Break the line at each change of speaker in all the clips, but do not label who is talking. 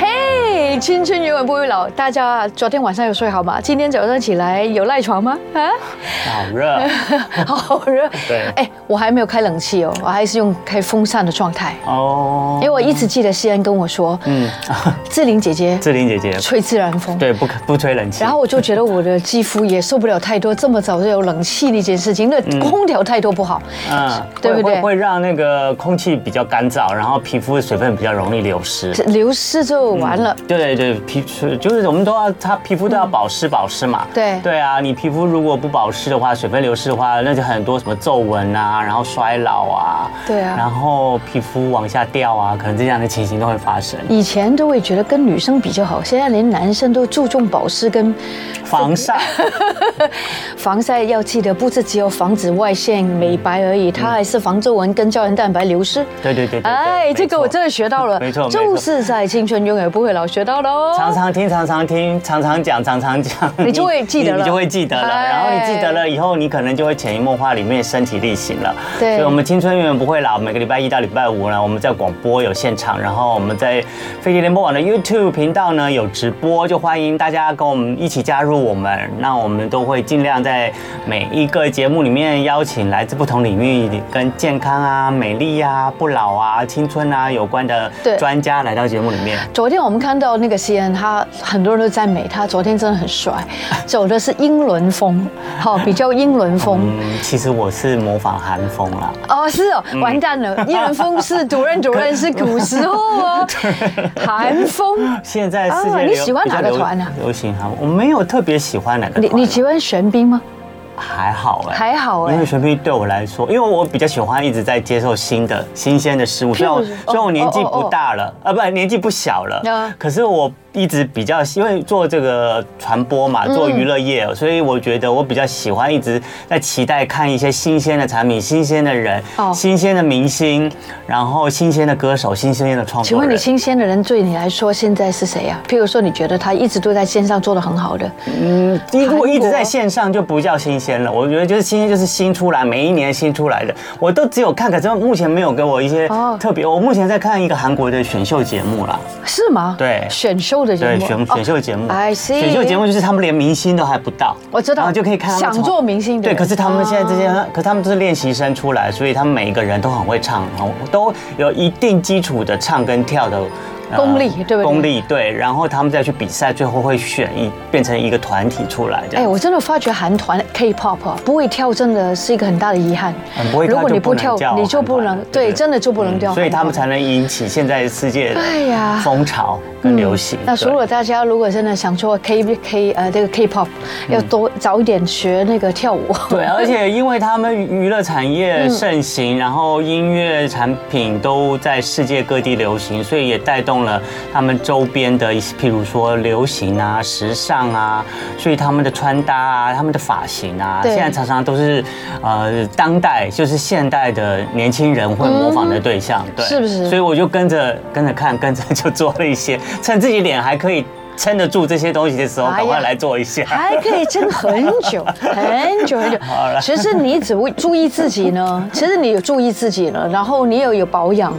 嘿，青春永远不会老。大家昨天晚上有睡好吗？今天早上起来有赖床吗？ 啊，
好热，
好热。
对
哎，我还没有开冷气哦，我还是用开风扇的状态，
哦
因为，我一直记得西安跟我说，
嗯，
志玲姐姐
志玲姐姐，
吹自然风。
对，不可不吹冷气，
然后我就觉得我的肌肤也受不了太多这么早就有冷气那件事情，那空调太多不好。
嗯，
对不
会
对
会会让那个空气比较干燥，然后皮肤的水分比较容易流失。
流失就完了。
对对，皮肤就是我们都要，它皮肤都要保湿保湿嘛。
对
对啊，你皮肤如果不保湿的话，水分流失的话，那就很多什么皱纹啊，然后衰老啊，
对啊
然后皮肤往下掉啊，可能这样的情形都会 发生。
以前都会觉得跟女生比较好，现在连男生都注重保湿跟
防晒，
防晒要记得，不是只有防止外线美白而已，它还是防皱纹跟胶原蛋白流失。
对对对对对
哎，
没
这个我
错
真的学到了，
没错没错
就是在青春永远不会老学到的
常
哦。
常听，常常听，常常讲，常常讲，
你就会记得了
你你就会记得了。
哎
然后你记得了以后，你可能就会潜移默化里面身体力行了。
对
所以我们青春永远不会老。每个礼拜一到礼拜五呢，我们在广播有现场，然后我们在飞碟联播网的 YouTube 频道呢有直播，就欢迎大家跟我们一起加入我们。那我们都会尽量在每一个节目里面邀请来自不同领域跟健康啊、美丽啊、不老啊、青春啊有关的
对
专家来到节目里面。
昨天我们看到那个西安，他很多人都赞美他，昨天真的很 帅，走的是英伦风，好，比较英伦风。
嗯，其实我是模仿韩风啦。
哦，是哦，
嗯
完蛋了！英伦风是主任，主任是古时候 哦，韩风。
现在世
啊
界流、
你喜欢哪个
比较流
团啊
流行韩，我没有特别喜欢哪个
你
团。
你喜欢玄彬吗？
还好哎、
还好哎
因为玄彬对我来说，因为我比较喜欢一直在接受新的、新鲜的事物。虽然我
譬如哦
虽然我年纪不大了，啊，不，年纪不小
嗯
了，可是我一直比较因为做这个传播嘛，
嗯
做娱乐业，所以我觉得我比较喜欢一直在期待看一些新鲜的产品、新鲜的人
哦、
新鲜的明星，然后新鲜的歌手、新鲜的创
请
作
问
人
你。新鲜的人对你来说现在是谁啊？譬如说，你觉得他一直都在线上做的很好的，
嗯，如
国
果一直在线上就不叫新鲜了。我觉得就是新鲜，就是新出来，每一年新出来的，我都只有看，可是目前没有给我一些
哦
特别。我目前在看一个韩国的选秀节目啦，
是吗？
对
选秀的节
对
目，
选
哦
选秀节目
I see
选秀节目就是他们连明星都还不到，
我知道
哦然后就可以看他们
想
从
做明星的
对，
人
可是他们现在这些
啊，
可是他们都是练习生出来，所以他们每一个人都很会唱，然后都有一定基础的唱跟跳的。呃
功力对不对
功力对，然后他们再去比赛，最后会选一变成一个团体出来这样。
哎，我真的发觉韩团 K-pop 啊不会跳，真的是一个很大的遗憾
嗯不会。跳
如果你
就不
不
能
跳
叫，韩
你就不
团
能
了对
对，
对嗯
真的就不能跳韩团。
所以他们才能引起现在世界的
哎呀嗯
风潮跟流行。
那
对
如果大家如果真的想做 K K 呃这个 K-pop，要
嗯
多早一点学那个跳舞。
对，而且因为他们娱乐产业盛
嗯
行，然后音乐产品都在世界各地流行，所以也带动了他们周边的一些，譬如说流行啊、时尚啊，所以他们的穿搭啊、他们的发型啊，
对
现在常常都是呃当代就是现代的年轻人会模仿的对象，对，
是不是
所以我就跟着跟着看，跟着就做了一些，趁自己脸还可以撑得住这些东西的时候，
哎呀
赶快来做一 下。
还可以撑很 久，很久很久。其实你只会注意自己 呢，其实你有注意自己呢，然后你有有保养，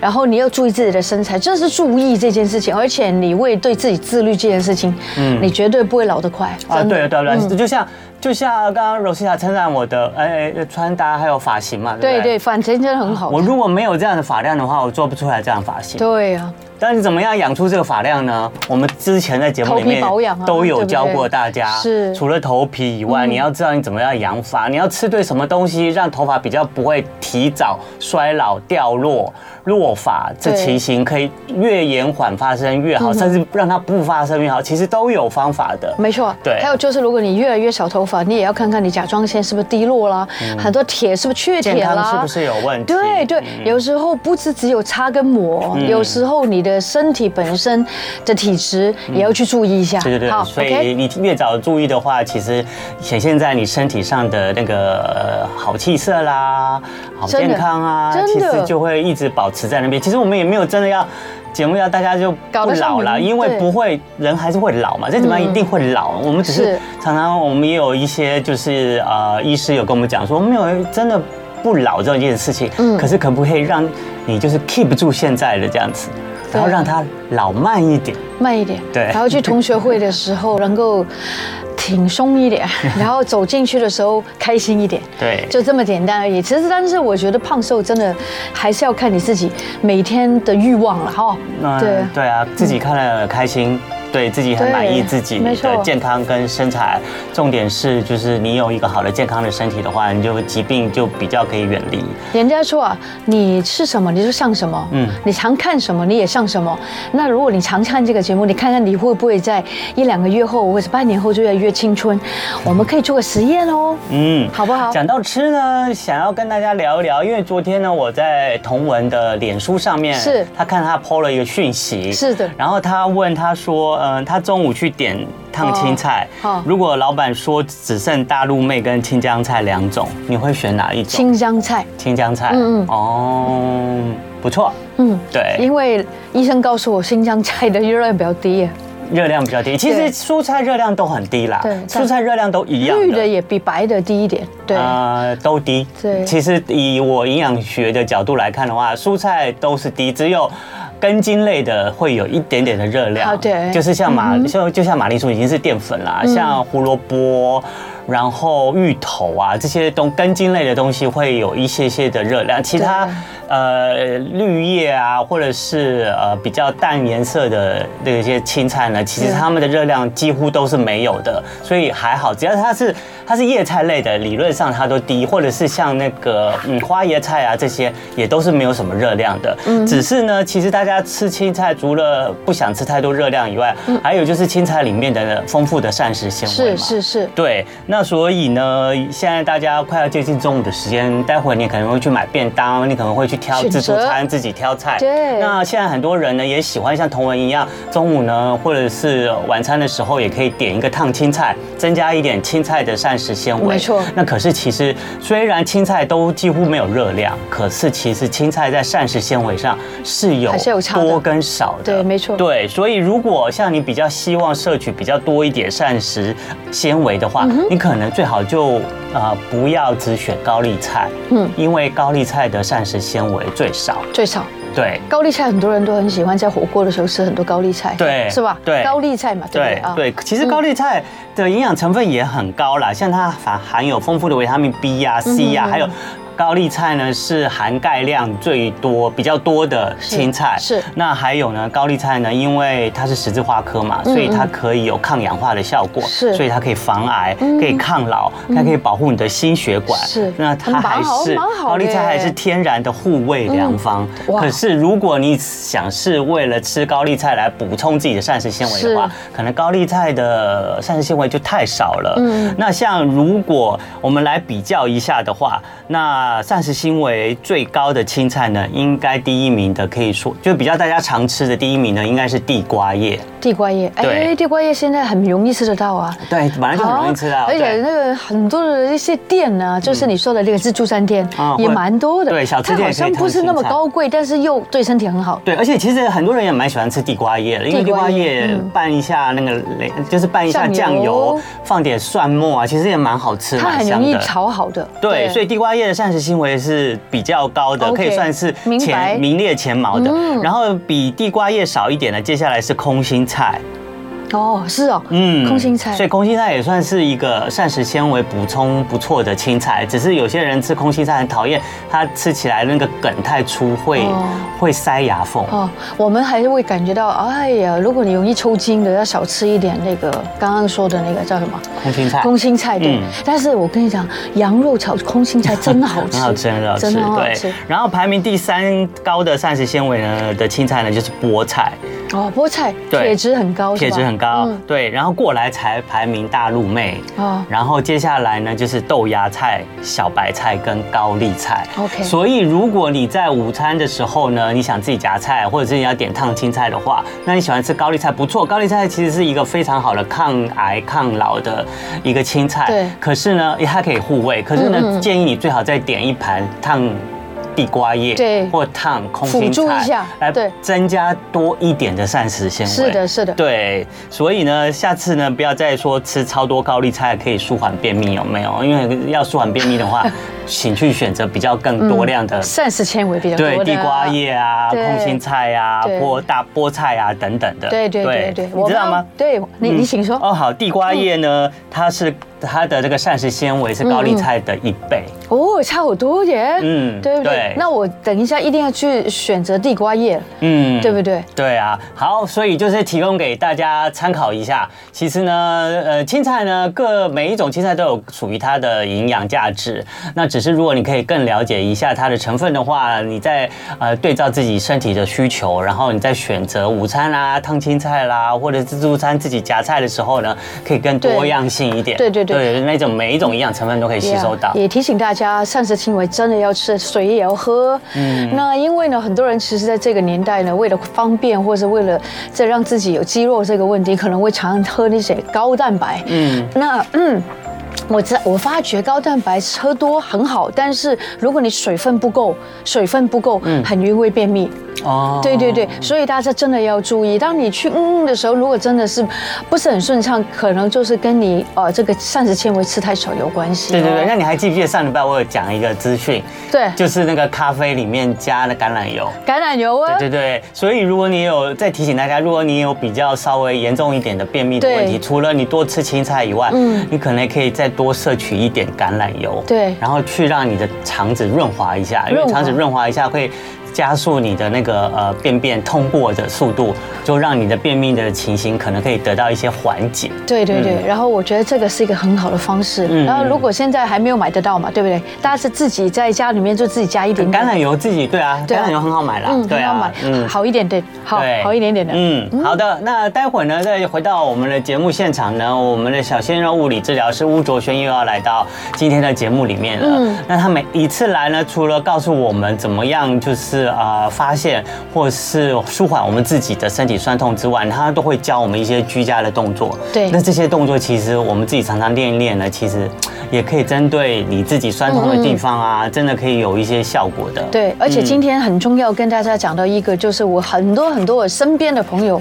然后你又注意自己的身材，这是注意这件事情，而且你会对自己自律这件事情，你绝对不会老得快。
嗯啊，
真的嗯
对对对，就像就像刚刚柔西亚称赞我的，哎，哎穿搭还有发型嘛，对
对
不
对，
对？
反正真的很好
我。如果没有这样的发量的话，我做不出来这样的发型。
对啊，
但是怎么样养出这个发量呢？我们之前在节目里
头皮
面
保养啊
都有
对不对
教过大家，
是嗯
除了头皮以外，你要知道你怎么样养发，你要吃对什么东西，让头发比较不会提早衰老、掉落、落发这
对嗯
情形，可以越延缓发生越好，甚至让它不发生越好，其实都有方法的。
没错。
对
还有就是，如果你越来越少头发，你也要看看你甲状腺是不是低落啦，很多铁是不是缺
嗯健
铁
康
啦，
是不是有问题？嗯
对对，有时候不是只有擦跟抹，有时候你的身体本身的体质也要去注意一下。
对对对，所以
，OK。
你越早注意的话，其实显现在你身体上的那个呃好气色啦、好
真的
健康啊，
真
其
的
实就会一直保持在那边。其实我们也没有真的要节目要大家就
搞
不
得像
老了，
明
因为
对
不会人还是会老嘛，再怎么样一定会老。我们只是
是
常常我们也有一些就是呃，医师有跟我们讲说，没有真的不老这件事情，
嗯
可是可不可以让你就是 keep 住现在的这样子，然后
对
让它老慢一点。
慢一点，
对
然后去同学会的时候能够挺松一 点，然后走进去的时候开心一点，
对
就这么简单而已。其实，但是我觉得胖瘦真的还是要看你自己每天的欲望了哈。
嗯
对嗯
对啊，自己看了开心，对自己很满意
对
自己
没
的
错
健康跟身材。重点是，就是你有一个好的健康的身体的话，你就疾病就比较可以远离。
人家说啊，你吃什么你就像什么，
嗯
嗯，你常看什么你也像什么。那如果你常看这个节目，你看看你会不会在一两个月后或者半年后就越来越青春？我们可以做个实验哦，
嗯，
好不好？
讲到吃呢，想要跟大家聊一聊，因为昨天呢，我在同文的脸书上面，
是
他看他 PO 了一个讯息，
是的
然后他问他说，嗯、他中午去点烫青菜，
哦哦
如果老板说只剩大陆妹跟青江菜两种，你会选哪一种？
青江菜，
青江菜，
嗯嗯
哦，不错，
嗯，
对，
因为医生告诉我新疆菜的热量比较低耶，
热量比较低。其实
对
蔬菜热量都很低啦
对，
蔬菜热量都一样
绿的也比白的低一点，对。
呃，都低。
对
其实以我营养学的角度来看的话，蔬菜都是低，只有根茎类的会有一点点的热量。
啊对嗯
就是像马，就就像马铃薯已经是淀粉啦，像胡萝卜。然后芋头啊，这些东根茎类的东西会有一些些的热量，其他
对
呃绿叶啊，或者是呃比较淡颜色的那些青菜呢，其实
对
它们的热量几乎都是没有的，所以还好，只要它是它是叶菜类的，理论上它都低，或者是像那个嗯花椰菜啊这些也都是没有什么热量的。
嗯
只是呢，其实大家吃青菜除了不想吃太多热量以外，还有就是青菜里面的丰富的膳食纤维
嗯是
嘛。
是是，
对，那所以呢，现在大家快要接近中午的时间，待会儿你可能会去买便当，你可能会去挑
选
自助
择
餐，自己挑菜。
对
那现在很多人呢也喜欢像童文一样，中午呢或者是晚餐的时候也可以点一个烫青菜，增加一点青菜的膳食纤维。
没错
那可是其实虽然青菜都几乎没有热量，可是其实青菜在膳食纤维上是有
还是有差的
多跟少的。
对没错
对，所以如果像你比较希望摄取比较多一点膳食纤维的
嗯
话，你可能最好就呃不要只选高丽菜，嗯
嗯，
因为高丽菜的膳食纤维最少。
最少
对，
高丽菜很多人都很喜欢，在火锅的时候吃很多高丽菜，
对
是吧？
对
高丽菜嘛，对不对
对
啊？
对，其实高丽菜的营养成分也很高啦，像它含含有丰富的维他命 B 呀、C 呀、
嗯
还有。高丽菜呢是含钙量最多、比较多的青菜，
是
那还有呢，高丽菜呢，因为它是十字花科嘛，所以它可以有抗氧化的效果，
嗯是嗯
所以它可以防癌，可以抗老，它可以保护你的心血管。
是
那它
很
还
蛮好
是
蛮好的
高丽菜还是
耶
天然的护胃良方。
嗯哇
可是如果你想是为了吃高丽菜来补充自己的膳食纤维的话
是，
可能高丽菜的膳食纤维就太少了。
嗯
那像如果我们来比较一下的话，那膳食纤维最高的青菜呢，应该第一名的可以说就比较大家常吃的第一名呢，应该是地瓜叶。
地瓜叶，
对
哎，地瓜叶现在很容易吃得到啊。
对，本来就很容易吃到，
哦而且
对嗯
那个很多的一些店呢，就是你说的那个自助餐店
啊
也
或者
蛮多的，
对小吃
它
店也可
好
以
像不是那么高贵，但是又对身体很好。
对，而且其实很多人也蛮喜欢吃地瓜叶的，因为地
地
瓜
瓜叶
叶
嗯
拌一下那个，就是拌一下
酱
酱
油
油，放点蒜末啊，其实也蛮好吃，
它
蛮
很
香
容易
的。
炒好的，
对，所以地瓜叶的膳食纤维是比较高的，
OK，
可以算是
明白
前名列前茅的。
嗯
然后比地瓜叶少一点的，接下来是空心菜，
哦，是哦，
嗯，
空心菜
所以空心菜也算是一个膳食纤维补充不错的青菜，只是有些人吃空心菜很讨厌，它吃起来那个梗太粗，会、
哦
会塞牙缝。
哦，我们还是会感觉到，哎呀，如果你容易抽筋的，要少吃一点那个刚刚说的那个叫什么
空心菜，
空心菜，对
嗯。
但是我跟你讲，羊肉炒空心菜真的 好吃，
很好吃，很好吃，
真的很好吃
对。。然后排名第三高的膳食纤维呢的青菜呢，就是菠菜，
哦，菠菜
对
铁质很高，是吧
铁质很高
嗯，
对。然后过来才排名大陆妹，
哦，
然后接下来呢就是豆芽菜、小白菜跟高丽菜。
OK
所以如果你在午餐的时候呢，你想自己夹菜，或者是你要点烫青菜的话，那你喜欢吃高丽菜不错，高丽菜其实是一个非常好的抗癌抗老的一个青菜。
对
可是呢，它可以护胃，可是呢，
嗯嗯嗯
建议你最好再点一盘烫。地瓜叶，
对
或烫空心菜，
辅助一下
来
对
增加多一点的膳食纤维。
是的是的
对，所以呢，下次呢，不要再说吃超多高丽菜可以舒缓便秘，有没有？因为要舒缓便秘的 话，请去选择比较更多量的。
膳食纤维比嗯较多
对
的，
地瓜叶啊、
对
空心菜啊、
对
菠大菠菜啊等等的，
对对对对，
你知道吗？
对你
嗯
你请说嗯
哦，好，地瓜叶呢，它是它的这个膳食纤维是高丽菜的一倍，
哦，差好多耶，
嗯
嗯对不对
对？
那我等一下一定要去选择地瓜叶，
嗯，
对不对？
对啊，好，所以就是提供给大家参考一下。其实呢，呃，青菜呢，各每一种青菜都有属于它的营养价值。那只是如果你可以更了解一下它的成分的话，你再呃对照自己身体的需求，然后你再选择午餐啦、烫青菜啦，或者自助餐自己夹菜的时候呢，可以更多
对
样性一点。
对对对
对，那种每一种营养成分都可以吸收到
Yeah，。也提醒大家，膳食纤维真的要吃，水也要喝。嗯，那因为呢，很多人其实在这个年代呢，为了方便或者为了再让自己有肌肉这个问题，可能会常喝那些高蛋白。嗯，那嗯。我知我发觉高蛋白喝多很好，但是如果你水分不够，水分不够，很容易会便秘。
嗯哦
对对对，所以大家真的要注意，当你去嗯嗯的时候，如果真的是不是很顺畅，可能就是跟你呃这个膳食纤维吃太少有关系哦。
对对对，那你还记不记得上礼拜我有讲一个资讯？
对
就是那个咖啡里面加了橄榄油。
橄榄油啊，
对对对，所以如果你有再提醒大家，如果你有比较稍微严重一点的便秘的
对
问题，除了你多吃青菜以外，嗯，你可能可以再多摄取一点橄榄油，
对
然后去让你的肠子润滑一下，因为
润滑
肠子润滑一下会。加速你的那个呃便便通过的速度，就让你的便秘的情形可能可以得到一些缓解。
对对对，然后我觉得这个是一个很好的方式。
嗯
然后如果现在还没有买得到嘛，对不对？大家是自己在家里面就自己加一点点
橄榄油自己对啊，
嗯对
橄
啊
榄油很好买啦，
嗯，
对
很好
啊
买，，好一点点，好
对
好一点点的。
嗯，好的，那待会儿呢，再回到我们的节目现场呢，我们的小鲜肉物理治疗师巫卓轩又要来到今天的节目里面了。
嗯
那他每一次来呢，除了告诉我们怎么样就是呃发现或是舒缓我们自己的身体酸痛之外，他都会教我们一些居家的动作。
对
那这些动作其实我们自己常常练一练呢，其实也可以针对你自己酸痛的地方
嗯
啊，真的可以有一些效果的。
对，而且
嗯
今天很重要跟大家讲到一个，就是我很多很多我身边的朋友，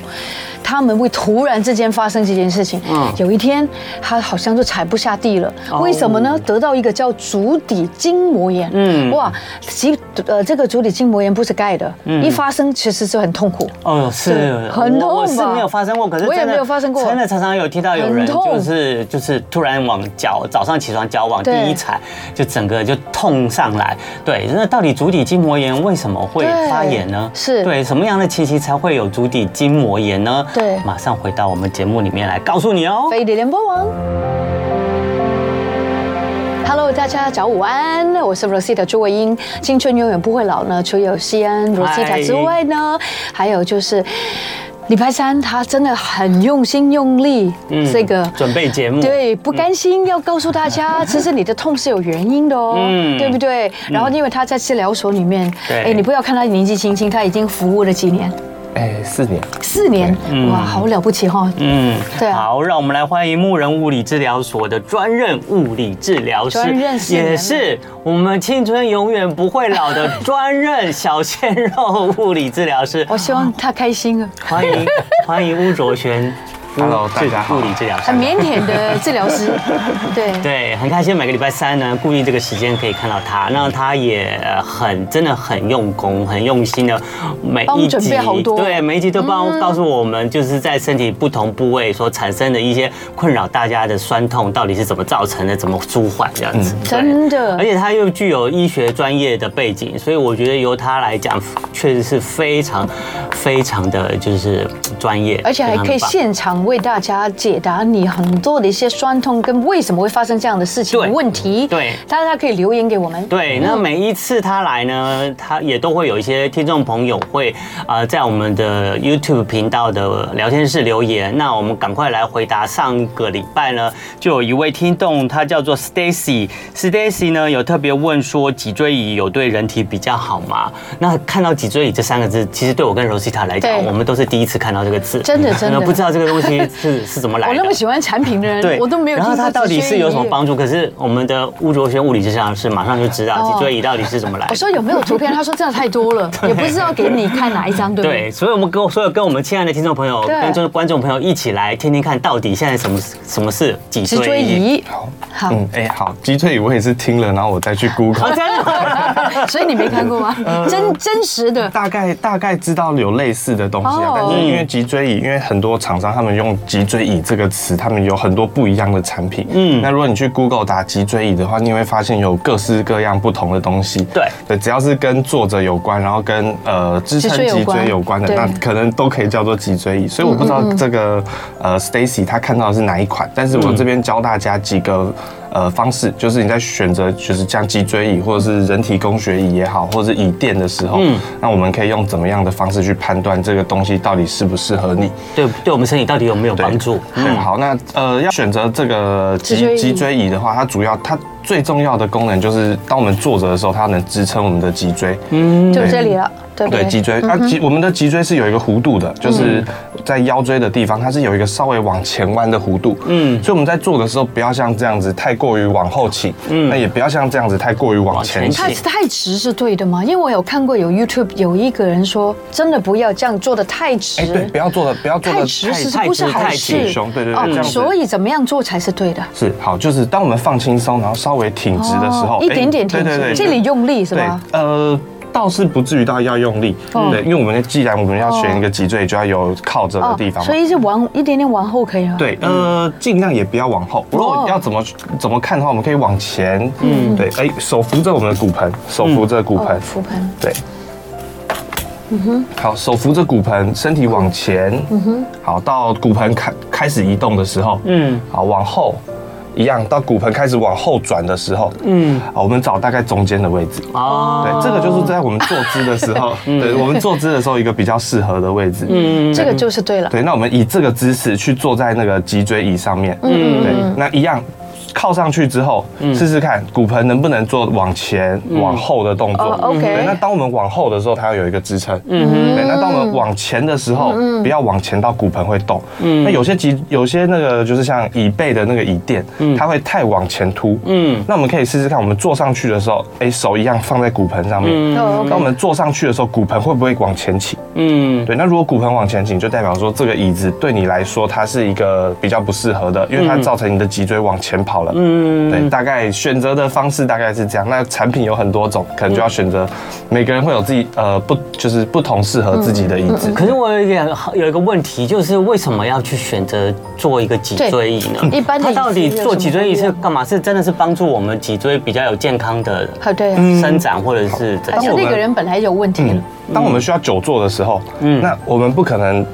他们会突然之间发生这件事情。
嗯
有一天他好像就踩不下地了，
哦
为什么呢？得到一个叫足底筋膜炎。
嗯
哇，其呃这个足底筋膜炎不是盖的，
嗯
一发生其实就很痛苦。
哦，是
对很
我我
痛
是
吧
没有发生过，可是
我也
真的
没有发生过
真的常常有听到有
很
人
痛
就是就是突然往脚早上起床脚往地
对
一踩，就整个就痛上来。对，那到底足底筋膜炎为什么会
对
发炎呢？
是
对什么样的情形才会有足底筋膜炎呢？
对
马上回到我们节目里面来告诉你哦。
飞碟联播网。Hello，大家早午安，我是 Rosita 朱慧英。青春永远不会老呢，除有西安 Rosita 之外呢，还有就是礼拜三，他真的很用心用力，这个。
嗯准备节目，
对，不甘心要告诉大家，其实你的痛是有原因的哦，
嗯
对不对？然后因为他在治疗所里面，
对
哎，你不要看他年纪轻轻，他已经服务了几年，
哎，四年，
四年，哇，好了不起哈、
嗯，
对啊
好，让我们来欢迎牧人物理治疗所的专任物理治疗师，
专任四年了
也是我们青春永远不会老的专任小鲜肉物理治 疗师。
我希望他开心啊。
欢迎欢迎巫卓轩物
Hello，
理治
大家好
物理治疗师
很。腼腆的治疗 师，对。
对，很开心每个礼拜三呢，固定这个时间可以看到他，那他也呃很真的很用功、很用心的，每
帮我
一
们
集
准备好多
对每一集都帮告诉我们，就是在身体不同部位所产生的一些困扰大家的酸痛到底是怎么造成的，怎么舒缓这样子。对
嗯真的
而且他又具有医学专业的背景，所以我觉得由他来讲，确实是非常非常的就是专业，
而且还可以
非常棒
现场为大家解答你很多的一些酸痛跟为什么会发生这样的事情
对
的问题。
对
大家可以留言给我们。
对，那每一次他来呢，他也都会有一些听众朋友会呃在我们的 YouTube 频道的聊天室留言。那我们赶快来回答上个礼拜呢，就有一位听众，他叫做 Stacy，Stacy 呢有特别问说脊椎椅有对人体比较好吗？那看到脊椎椅这三个字，其实对我跟 Rosita 它来讲，
对
我们都是第一次看到这个字，
真的真的
不知道这个东西是是怎么来的。
我那么喜欢产品的人，
对，
我都没有
然
听
后
过。
它到底是有什么？帮助？可是我们的巫卓轩物理治疗上是马上就知道
哦
脊椎移到底是怎么来
我
的。
说有没有图 片？他说这样太多了，也不知道给你看哪一张，对不
对，所以我们跟我所有跟我们亲爱的听众朋友、
对
跟就是观众朋友一起来听听看，到底现在什么什么是脊
脊
椎
椎
移？
仪，好，
嗯，哎、好，脊椎我也是听了，然后我再去 Google，
哦，真的。
所以你没看过
嗯
吗？真真实的，
大概大概知道有类似的东西啊
哦，
但是因为脊椎椅，因为很多厂商他们用脊椎椅这个词，他们有很多不一样的产品。
嗯
嗯，那如果你去 Google 打脊椎椅的话，你会发现有各式各样不同的东西。
对
对，只要是跟坐着有关，然后跟呃支撑
脊椎有
脊
关
椎有关的，
对嗯
那可能都可以叫做脊椎椅。所以我不知道这个呃 Stacy 她看到的是哪一款，但是我这边教大家几个。呃，方式就是你在选择就是像脊椎椅或者是人体工学椅也好，或者是椅垫的时候，
嗯
那我们可以用怎么样的方式去判断这个东西到底适不适合你？
对，对我们身体到底有没有
对
帮助？
对，好，那呃，要选择这个
脊椎
脊
椅
脊椎椅的话，它主要它最重要的功能就是，当我们坐着的时候，它能支撑我们的脊椎。
嗯，
就这里了，对不
对脊
对？
椎，它脊我们的脊椎是有一个弧度的，就是
嗯
在腰椎的地方，它是有一个稍微往前弯的弧度。
嗯
嗯，所以我们在做的时候，不要像这样子太过于往后倾，
嗯
那也不要像这样子太过于往前
往前
倾
倾。
太太直是对的吗？因为我有看过有 YouTube 有一个人说，真的不要这样做的太
哎，对，
直
不，要做的不要做的
太直
太
是不是好
太
事
挺？胸，对对对，这样子。
所以怎么样做才是对的？
是好，就是当我们放轻松，然后稍微挺直的时
哦
候，
一点点
哎
挺
对对
直，
对，
这里用力是
对
吧？，
呃。倒是不至于到要用力，
嗯
对，因为我们既然我们要选一个脊椎，就要有靠着的地方
哦
嘛，
所以是往一点点往后可以吗？，
对，呃，尽量也不要往后。如果要怎么怎么看的话，我们可以往前，嗯，对，哎，手扶着我们的骨盆，手扶着骨
哦
盆，，
扶盆，
对。嗯哼，好，手扶着骨盆，身体往前。嗯哼，好，到骨盆开开始移动的时候，
嗯
嗯，好，往后一样，到骨盆开始往后转的时候，嗯，好，我们找大概中间的位置。
哦，
对，这个就是在我们坐姿的时候， 对我们坐姿的时候一个比较适合的位置。嗯，
这个就是对了。
对，那我们以这个姿势去坐在那个脊椎椅上面，嗯，对，那一样。靠上去之后，试试看骨盆能不能做往前、往后的动作。
哦，OK
对，那当我们往后的时候，它要有一个支撑。嗯对，那当我们往前的时候，不要往前到骨盆会动。嗯。那有些脊，有些那个就是像椅背的那个椅垫，它会太往前凸。嗯。那我们可以试试看，我们坐上去的时候，哎，手一样放在骨盆上面。
哦
那我
OK，
们坐上去的时候，骨盆会不会往前倾？
嗯，
对，那如果骨盆往前倾，就代表说这个椅子对你来说它是一个比较不适合的，因为它造成你的脊椎往前跑了。嗯，对，大概选择的方式大概是这样。那产品有很多种，可能就要选择，每个人会有自己呃不就是不同适合自己的椅子。
可是我有一点有一个问题，就是为什么要去选择做一个脊椎椅呢？
对一般的
它到底
椅子有
做
什么
脊椎椅
不一
是
样
干嘛？是真的是帮助我们脊椎比较有健康的
好哦对，啊
生长，或者是怎
还是
样？
那个人本来有问题了。
嗯当我们需要久坐的时候，嗯，那我们不可能。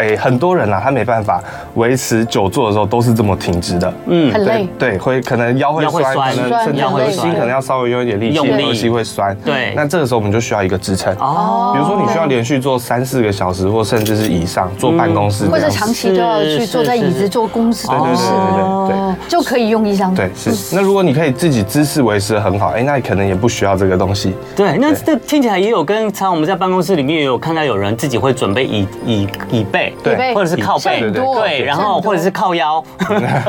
哎、很多人啦、他没办法维持久坐的时候都是这么挺直的，
嗯
很累
对对，会可能腰会
腰会
酸，
酸
可
酸
能甚至
腰会
核心
酸
可能要稍微有一点力气，
用力
核心会酸，
对
那这个时候我们就需要一个支撑，
哦，
比如说你需要连续坐三四个小时，或甚至是以上，坐办公室
或
这
者
样
长
子。
期都要去坐在椅
是是
子
是
做公司
对对对对对对。
就可以用一张。
对，是。那如果你可以自己姿势维持的很好，哎，那你可能也不需要这个东西。
对，那这听起来也有跟常常我们在办公室里面也有看到有人自己会准备椅椅椅背，
对
椅背
或者是靠背，
很多
对，然后
很多
或者是靠腰。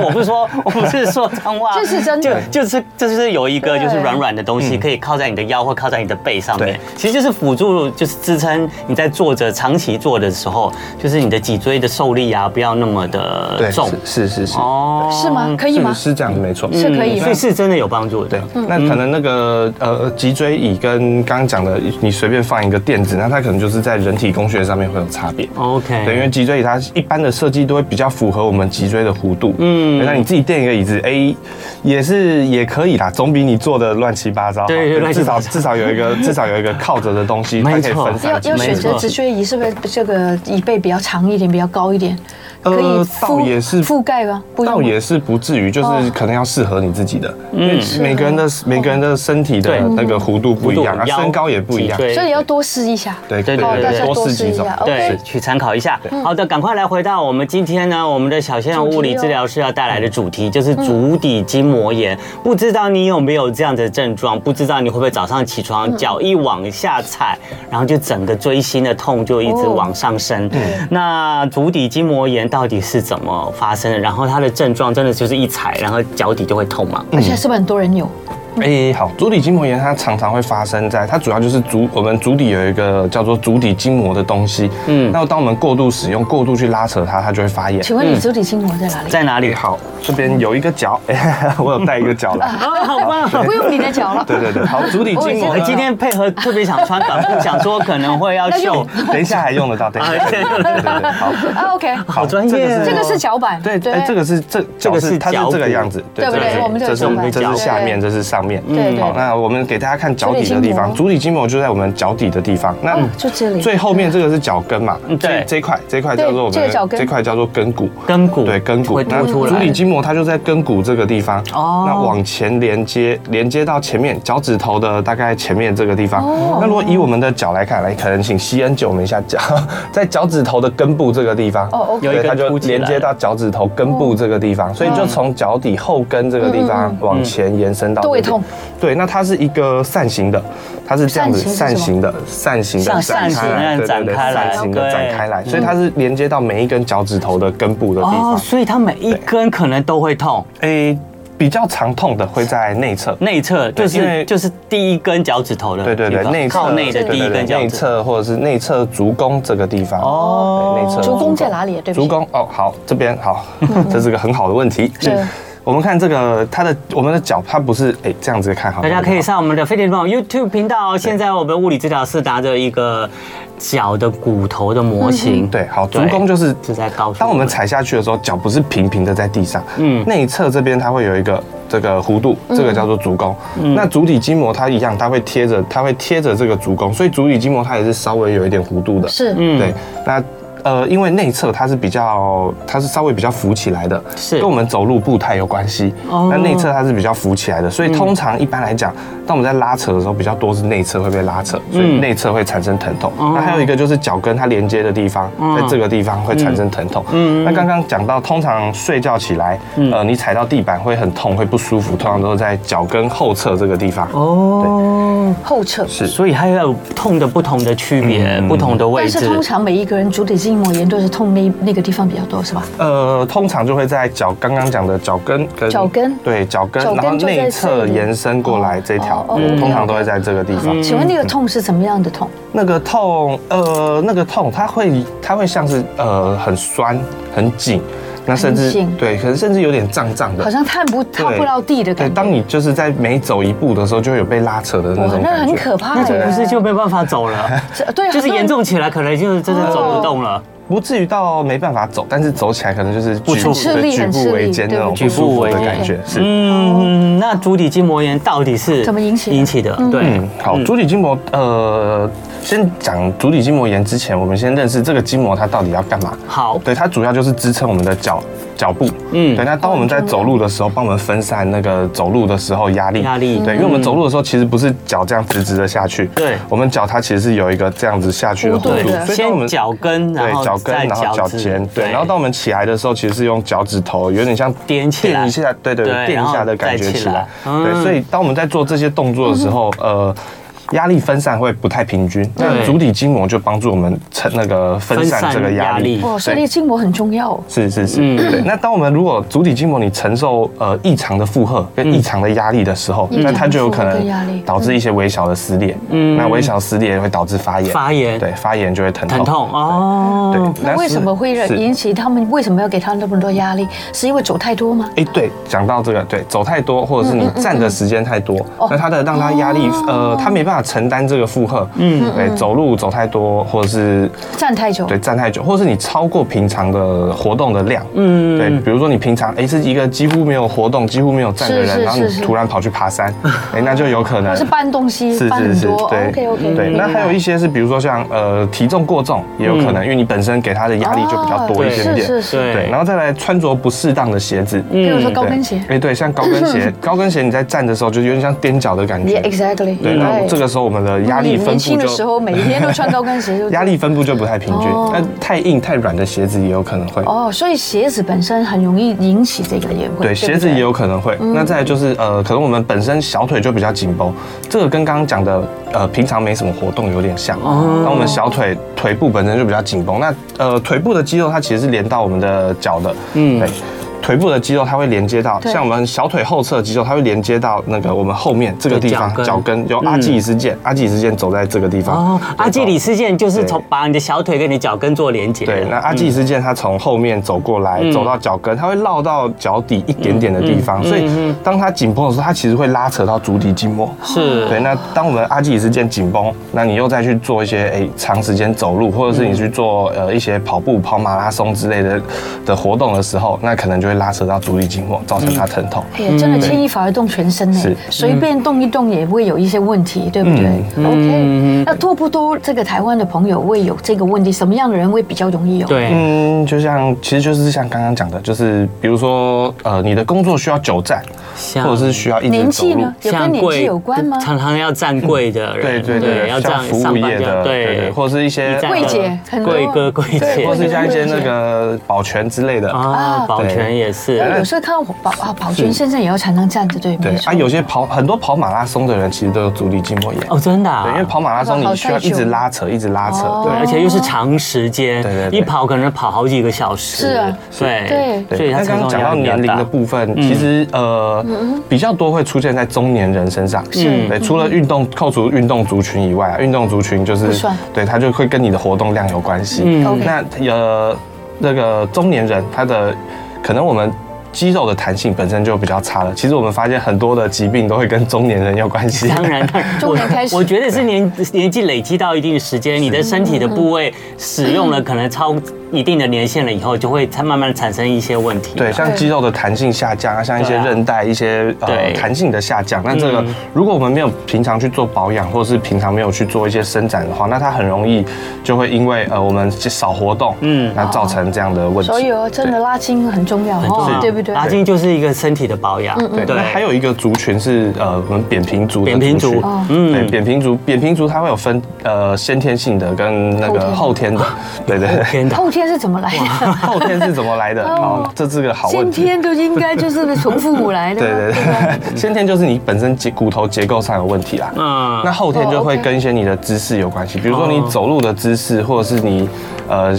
我不是说，我不是说脏话，
这是真的
就就是就是有一个
对
就是软软的东西可以靠在你的腰或靠在你的背上面
对，
其实就是辅助，就是支撑你在坐着长期坐的时候，就是你的脊椎的受力啊，不要那么的
对，
重
是是是是，
哦，
是吗？可以吗
是？是这样的，没错。嗯
是可以吗嗯
所以？是真的有帮助
对
的。，
那可能那个呃脊椎椅跟刚刚讲的，你随便放一个垫子，那它可能就是在人体工学上面会有差别。
OK，
对，因为脊椎椅它一般的设计都会比较符合我们脊椎的弧度。嗯，那你自己垫一个椅子，哎、也是也可以啦，总比你坐的乱七八糟好。
对对乱七
至
八
少
糟
至少有一 个至少有一个靠着的东西，它
没
可以
错
分散
要
注意
要
力。
选择
没错
直椎仪，是不是这个椅背比较长一点，比较高一点？可以
呃
覆
倒也是
覆盖吗？不用吗哦
倒也是不至于，就是可能要适合你自己的，因为每个人的
啊
每个人的身体的
嗯对
那个弧度不一样，啊，
腰
身高也不一样
脊。椎
所以要多试一下。
对
对
对
对
对，
大家
多
哦多
试
试
几
一
种
下。
对
OK，
去参考一下。好的，赶快来回到我们今天呢，我们的小鲜肉物理治疗师要带来的主题就是足底筋膜炎。不知道你有没有这样的症状？不知道你会不会早上起床脚一往下踩，然后就整个锥心的痛就一直往上升？那足底筋膜炎到底是怎么发生的？然后它的症状真的就是一踩，然后脚底就会痛吗？
嗯
而且是不是很多人有？
诶、哎好，足底筋膜炎它常常会发生在它主要就是足我们足底有一个叫做足底筋膜的东西，
嗯
嗯，那当我们过度使用、过度去拉扯它，它就会发炎。
请问你足底筋膜在哪里？
在哪
诶
里？
好，这边有一个脚，我有带一个脚来。
啊， 好棒！
不用你的脚了。
对对对，好，足底筋膜
我
呢
今天配合特别想穿短裤，想说可能会 要秀，
等一下还用得到，等一下还用得到对对对，好。
啊，OK，
好
专业
这个是
这个是脚板，
对，哎，这个是这
这
这
个
个
是
是它是
脚
这个
骨
样子，
对不
这
对
是
我们这个
这
是
是我们
脚
这是
对
下面，这是上面。
对对
好，那我们给大家看脚底的地方，
足
足底筋膜就在我们脚底的地方。那
哦就这里
最后面这个是脚跟嘛
嗯？对
这这一块这一块
对
叫做我
这个脚
们
跟
这块叫做根骨。
跟骨
对根骨
会，凸出
足
来。
底筋膜它就在根骨这个地方，
哦
那往前连接，连接到前面脚趾头的大概前面这个地方。那如果以我们的脚来看，来可能请西恩借我们一下脚，在脚趾头的根部这个地方，
哦，OK
有一
对，
根
它就
凸起来
连接到脚趾头根部这个地方，所以就从脚底后跟这个地方往前延伸到这
都会
边
痛。
对，那它是一个扇形的，它是这样子
扇
扇
形
形的，扇形
像
的
扇
展开
形那
来，
样
对对
展
对，
开来
扇形的
对
展开来，所以它是连接到每一根脚趾头的根部的地
嗯哦，
方。
所以它每一根可能都会痛，
诶，比较常痛的会在内侧。
内侧就
因
是
为
就是第一根脚趾头的地
对
方，
对对，内侧
靠内的
对
第一
对对
根脚
内
趾。
侧或者是内侧足弓这个地方。
哦
对内侧
足弓在哪里啊对不起
足弓哦，好，这边 好，这是个很好的问题。
是
我们看这个，它的我们的脚，它不是哎这样子看好，
大家可以上我们的飞碟日报 YouTube 频道哦。现在我们物理治疗师拿着一个脚的骨头的模型，
嗯对，好，足
对
弓就是
就在告诉
当我
我们
们踩下去的时候，脚不是平平的在地上，
嗯
嗯，内侧这边它会有一个这个弧度，这个叫做足弓。那足底筋膜它一样，它会贴着，它会贴着这个足弓，所以足底筋膜它也是稍微有一点弧度的。
是
嗯
对，那。呃，因为内侧它是比较，它是稍微比较浮起来的，
是
跟我们走路步态有关系。
哦嗯
那内侧它是比较浮起来的，所以通常一般来讲，当我们在拉扯的时候，比较多是内侧会被拉扯，所
嗯
以内侧会产生疼痛。
哦
那还有一个就是脚跟它连接的地方，在这个地方会产生疼痛。
嗯
那刚刚讲到，通常睡觉起来，呃，你踩到地板会很痛，会不舒服，通常都是在脚跟后侧这个地方。
哦，
后侧。
所以它有痛的不同的区别，
嗯
不同的位
但
置
是。通常每一个人足底筋膜炎都是痛那那个地方比较多，是吧？
呃，通常就会在脚刚刚讲的脚跟跟
脚跟
对脚跟，
脚跟
然后
就在这里
内侧延伸过来这条，
哦哦
对
OK，
通常都会在这个地方。
请问那个痛是怎么样的痛？
那个痛，呃，那个痛，它会它会像是呃很酸很紧，那甚
很
至
紧
对，可能甚至有点胀胀的
好。像探不踏不到地的
对，
感觉。
当你就是在每走一步的时候，就会有被拉扯的那
哇
种，
那
感
很
觉。
可怕
那就
耶！
不是就没办法走 了，
对，
就是严重起来，可能就是真的走不动了。
不至于到没办法走，但是走起来可能就是
不
举
舒
步
服
很吃力
举
很吃
步维
力
艰
对
那种
举
不
步
舒服
维
的
艰
感觉，是。
嗯，那足底筋膜炎到底是
怎么引起的
引起的？对
嗯，，好，足底筋膜，呃，先讲足底筋膜炎之前，我们先认识这个筋膜它到底要干嘛。
好，
对，它主要就是支撑我们的脚脚步。
嗯
嗯，对。那当我们在走路的时候，帮我们分散那个走路的时候压力。
压力
对，因为我们走路的时候其实不是脚这样直直的下去，
对
我们脚它其实是有一个这样子下去的弧
弧度的
度，所以当我
先
们
脚跟，然
对
后
脚跟，
再
然后脚
趾
尖，对。然后当我们起来的时候，其实是用脚趾头，有点像
踮起来
垫一下，对对
对
对，垫一下的感觉起来。
然后再起来嗯
对，所以当我们在做这些动作的时候，呃。压力分散会不太平均，那足底筋膜就帮助我们承那个分散这个压力。
哦，所以那个筋膜很重要哦。
是是是，对。那当我们如果足底筋膜你承受呃异常的负荷跟异常的压力的时候，
嗯
那它就有可
异常的负荷跟压力
能导致一些微小的撕裂。嗯，那微小撕裂会导致发炎，
发炎
对，发炎就会疼痛。
疼痛哦。
对，
那为什么会
是
引起他们？为什么要给他那么多压力？是因为走太多吗？
哎，对，讲到这个，对，走太多或者是你
嗯
站的时间太多，
哦
那他的让他压力，呃，他没办法承担这个负荷，嗯，对，走路走太多，或者是
站太久，
对站太久，或者是你超过平常的活动的量，嗯，对，比如说你平常哎是一个几乎没有活动、几乎没有站的
是是
人，然后
是
你
是
突然跑去爬 山，哎，那就有可能
或是搬东西
是
搬
是
很
是，
多。哦
对
OK OK。
对。那还有一些是，比如说像呃体重过重也有可能，因为你本身给他的压力就比较多一点
哦是
点，
是是。
对
对，然后再来穿着不适当的鞋子，
比
嗯，
如说高跟鞋
哎，对，像高跟鞋，高跟鞋你在站的时候就有点像踮脚的感觉
，Yeah，exactly。
对，那这个时候我们的压力
你
分
年
布
轻的时
就
候每天都穿高跟鞋，就
压力分布就不太平均
哦。
那太硬太软的鞋子也有可能会。
哦，所以鞋子本身很容易引起这个也会
对，
不
鞋子也有可能会。那再来就是呃，可能我们本身小腿就比较紧绷，这个跟刚刚讲的呃平常没什么活动有点像。那我们小腿腿部本身就比较紧绷，那呃腿部的肌肉它其实是连到我们的脚的，嗯，对。腿部的肌肉它会连接到，
对
像我们小腿后侧的肌肉，它会连接到那个我们后面这个地方
对脚
脚
跟
跟，有阿基里斯腱，阿基里斯腱走在这个地方
哦，，阿基里斯腱就是从
对
把你的小腿跟你脚跟做连接的。
对，那阿基里斯腱它从后面走过来，
嗯
走到脚跟，它会绕到脚底一点点的地方，所以当它紧绷的时候，它其实会拉扯到足底筋膜。
是，
对，那当我们阿基里斯腱紧绷，那你又再去做一些诶、长时间走路，或者是
嗯
你去做呃一些跑步、跑马拉松之类的的活动的时候，那可能就会拉扯到足底筋膜，造成它疼痛。
哎呀，真的牵一发而动全身呢
嗯是，
随便动一动也会有一些问题，对不对？OK，那多不多这个台湾的朋友会有这个问题？什么样的人会比较容易有？，
对，
嗯，就像其实就是像刚刚讲的，就是比如说呃你的工作需要久站，
像
或者是需要一直
年
走
纪
路
呢，，有跟年纪有关吗？
常常要站柜的
对
人，
对对，
要这
像
样
服
上
务
班
业
这样
的，对对，或是一些
一站
柜
柜
姐很多
贵哥贵姐
对
或
柜姐
是像一些那个保全之类的。
啊
啊，保全也是，
有时候看到保啊保全先生也要常常站着，对，
对
没错
啊，有些跑很多跑马拉松的人其实都有足底筋膜炎，
哦，真的啊，
对，因为跑马拉松你需要一直拉扯，一直拉扯，
哦
对，而且又是长时间，
对对对
一跑可能跑好几个小时，
是啊
对
对
对。
所以
那
他
刚刚讲到年龄的部分，
嗯
其实呃比较多会出现在中年人身上。
嗯是嗯
对，除了运动扣除运动族群以外啊，运动族群就
不
是
算
对它就会跟你的活动量有关系。
嗯
OK
那呃那个中年人他的可能我们。肌肉的弹性本身就比较差了。其实我们发现很多的疾病都会跟中年人有关系。
当然，当然
重点开始
我我觉得是年年纪累积到一定的时间，你的身体的部位使用了可能超一定的年限了以后，就会才慢慢地产生一些问题。
对，像肌肉的弹性下降啊，像一些
对啊
韧带、一些呃
对
弹性的下降。那这个
嗯
如果我们没有平常去做保养，或者是平常没有去做一些伸展的话，那它很容易就会因为呃我们少活动，嗯
嗯，
那造成这样的问题。
所以哦，真的拉筋很重要
很重
哦
要，，
对不对？嗯
拉筋就是一个身体的保养，
对，那还有一个族群是呃我们扁平足的
扁平
族
足
群，
哦
对，扁平足，扁平足它会有分呃先天性的跟那个
后
后天的， 对对对。
天的。
后天是怎么来的？
后天是怎么来的？哦，这是个好问
先
题。
天就应该就是从父母来的
对
吗，
对对， 先天就是你本身结骨头结构上有问题啦。
嗯
那后天就会跟一些你的姿势有关
哦
系，比如说你走路的姿势，或者是你呃。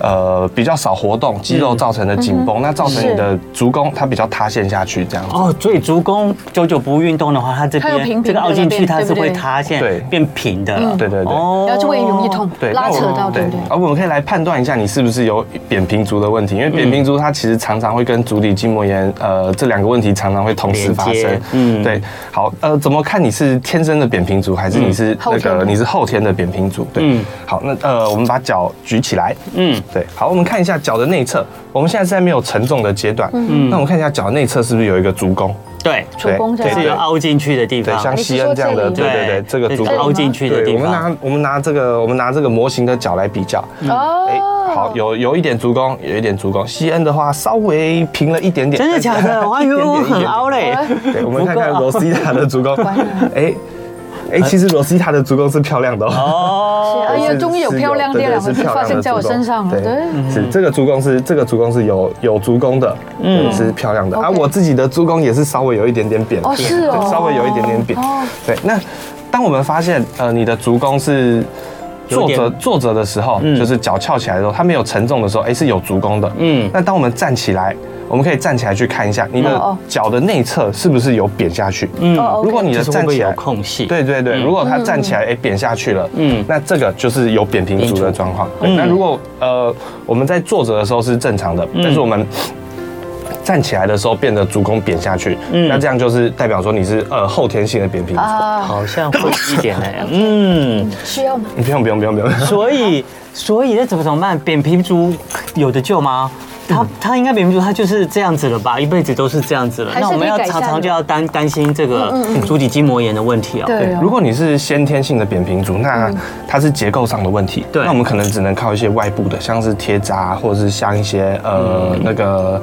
呃，比较少活动，肌
嗯
肉造成的紧绷，那造成你的足弓它比较塌陷下去，这样子。
哦，所以足弓久久不运动的话，它这
它又平平
边
的
这个凹进去，它
那边
是
对不对嗯
会塌陷，
对
变平的了。
对对对
哦
然后就会容易痛，拉扯
那
到，
我
对不对？
啊而我们可以来判断一下你是不是有扁平足的问题，因为
嗯
扁平足它其实常常会跟足底筋膜炎，呃，这两个问题常常会同时发
连
生
接。嗯
对。好，呃，怎么看你是天生的扁平足，还是你是
嗯后
那
天
个
的
你是后天的扁平足？对
嗯。
好，那呃，我们把脚举起来。
嗯，
对，好，我们看一下脚的内侧。我们现在是在没有承重的阶段，嗯，那我们看一下脚的内侧是不是有一个足弓？
对，
主弓在
对
哪
是
里
有凹进去的地
对，
方。
像
你是
西恩
说
这样的，
这里
对对对，这个足
是凹
弓。
进去的
对，
地
我们
方。
拿我们拿这个我们拿这个模型的脚来比较，哎
哦，
好，有有一点足弓，有一点足弓。西恩的话稍微平 了一点点，
真的假的？我还以为我很凹嘞。
对，我们看看
不够
罗
啊
西塔的足弓
完了，
哎哎，其实罗西塔的足弓是漂亮的哦。
是
哦，
哎呀，
是
终于有
是
漂亮的
对对
两个
是
字
漂
发
亮的
生在我
足弓
身上了，对。
嗯
是这个足弓是这个足弓是有有足弓的，嗯，是漂亮的啊。
OK
我自己的足弓也是稍微有一点点扁，
哦是哦
对稍微有一点点扁
哦。
对，那当我们发现呃你的足弓是。
有
坐
点
着坐着的时候，就是脚翘起来的时候，它没有承重的时候，哎、是有足弓的。嗯
嗯，
那当我们站起来，我们可以站起来去看一下你
哦
的
哦
脚的内侧是不是有扁下去。嗯，
哦，OK
如果你
就
的
是会
站
不会
起
有
来，
空隙？
对对对，如果它站起来，哎，扁下去了，嗯
嗯，
那这个就是有扁平足的状况。对，那如果呃我们在坐着的时候是正常的，但是我们站起来的时候变得足弓扁下去，那这样就是代表说你是呃后天性的扁平足。
啊，
好像会一点哎。嗯，
需要吗？
你不用不用不用不用，
所以所以那怎么怎么办？扁平足有的救吗？
嗯
他他应该扁平足，他就是这样子了吧？一辈子都是这样子了。
还是
那我们要
可以改善
常
的
常就要担担心这个足底筋膜炎的问题
嗯
哦。
对哦，
如
嗯
果你是先天性的扁平足，那它是结构上的问题，
对
那我们可能只能靠一些外部的，像是贴扎啊，或者是像一些呃那个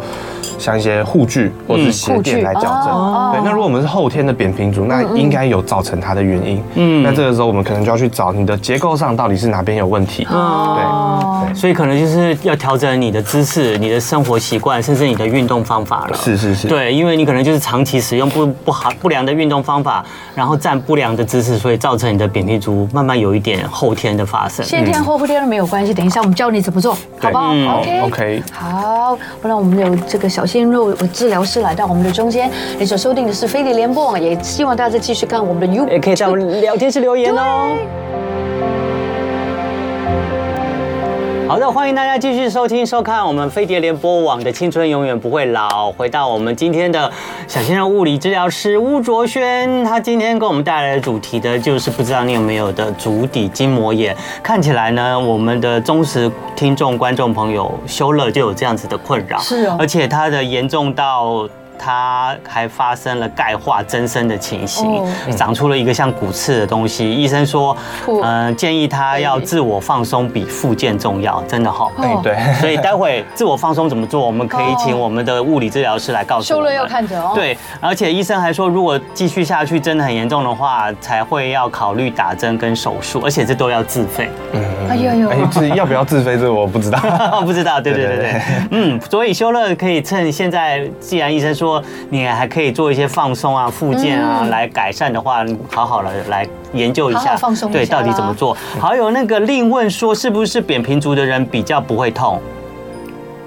像一些护具或是鞋
护具
垫来矫正。
哦嗯
对，那如果我们是后天的扁平足，那应该有造成它的原因。嗯，那这个时候我们可能就要去找你的结构上到底是哪边有问
嗯
题。
嗯哦
对
所以可能就是要调整你的姿势、你的生活习惯，甚至你的运动方法了。
是是是
对，因为你可能就是长期使用不不好不良的运动方法，然后占不良的姿势，所以造成你的扁平足慢慢有一点后天的发生。
先
嗯
天后天都没有关系，等一下我们教你怎么做，好不好
嗯
？OK
OK
好，不然我们有这个小鲜肉治疗师来到我们的中间。你所收听的是飞碟联播网，也希望大家继续看我们的 You，
也可以在我们聊天室留言哦。好的，欢迎大家继续收听、收看我们飞碟联播网的《青春永远不会老》。回到我们今天的小鲜肉物理治疗师巫卓轩，他今天给我们带来的主题的就是不知道你有没有的足底筋膜炎。看起来呢，我们的忠实听众、观众朋友修乐就有这样子的困
哎
扰，
是哦
而且它的严重到。它还发生了钙化增生的情形
哦
嗯
长出了一个像骨刺的东西。医生说，
酷
嗯，建议他要自我放松比复健重要，真的哈。
哎
哦，
对。
所以待会自我放松怎么做，我们可以请我们的物理治疗师来告诉我
修
们。
了要看着哦。，
对，而且医生还说，如果继续下去真的很严重的话，才会要考虑打针跟手术，而且这都要自费。
哎呦呦
哎，，这要不要自费？这个我不知道。
不知道，对对对
对对
对
对，
嗯，所以修乐可以趁现在，既然医生说你还可以做一些放松啊、复健啊、来改善的话，好好的来研究一下，
嗯好好放松一下
对，
啦
到底怎么做？还有那个另问说，是不是扁平足的人比较不会痛？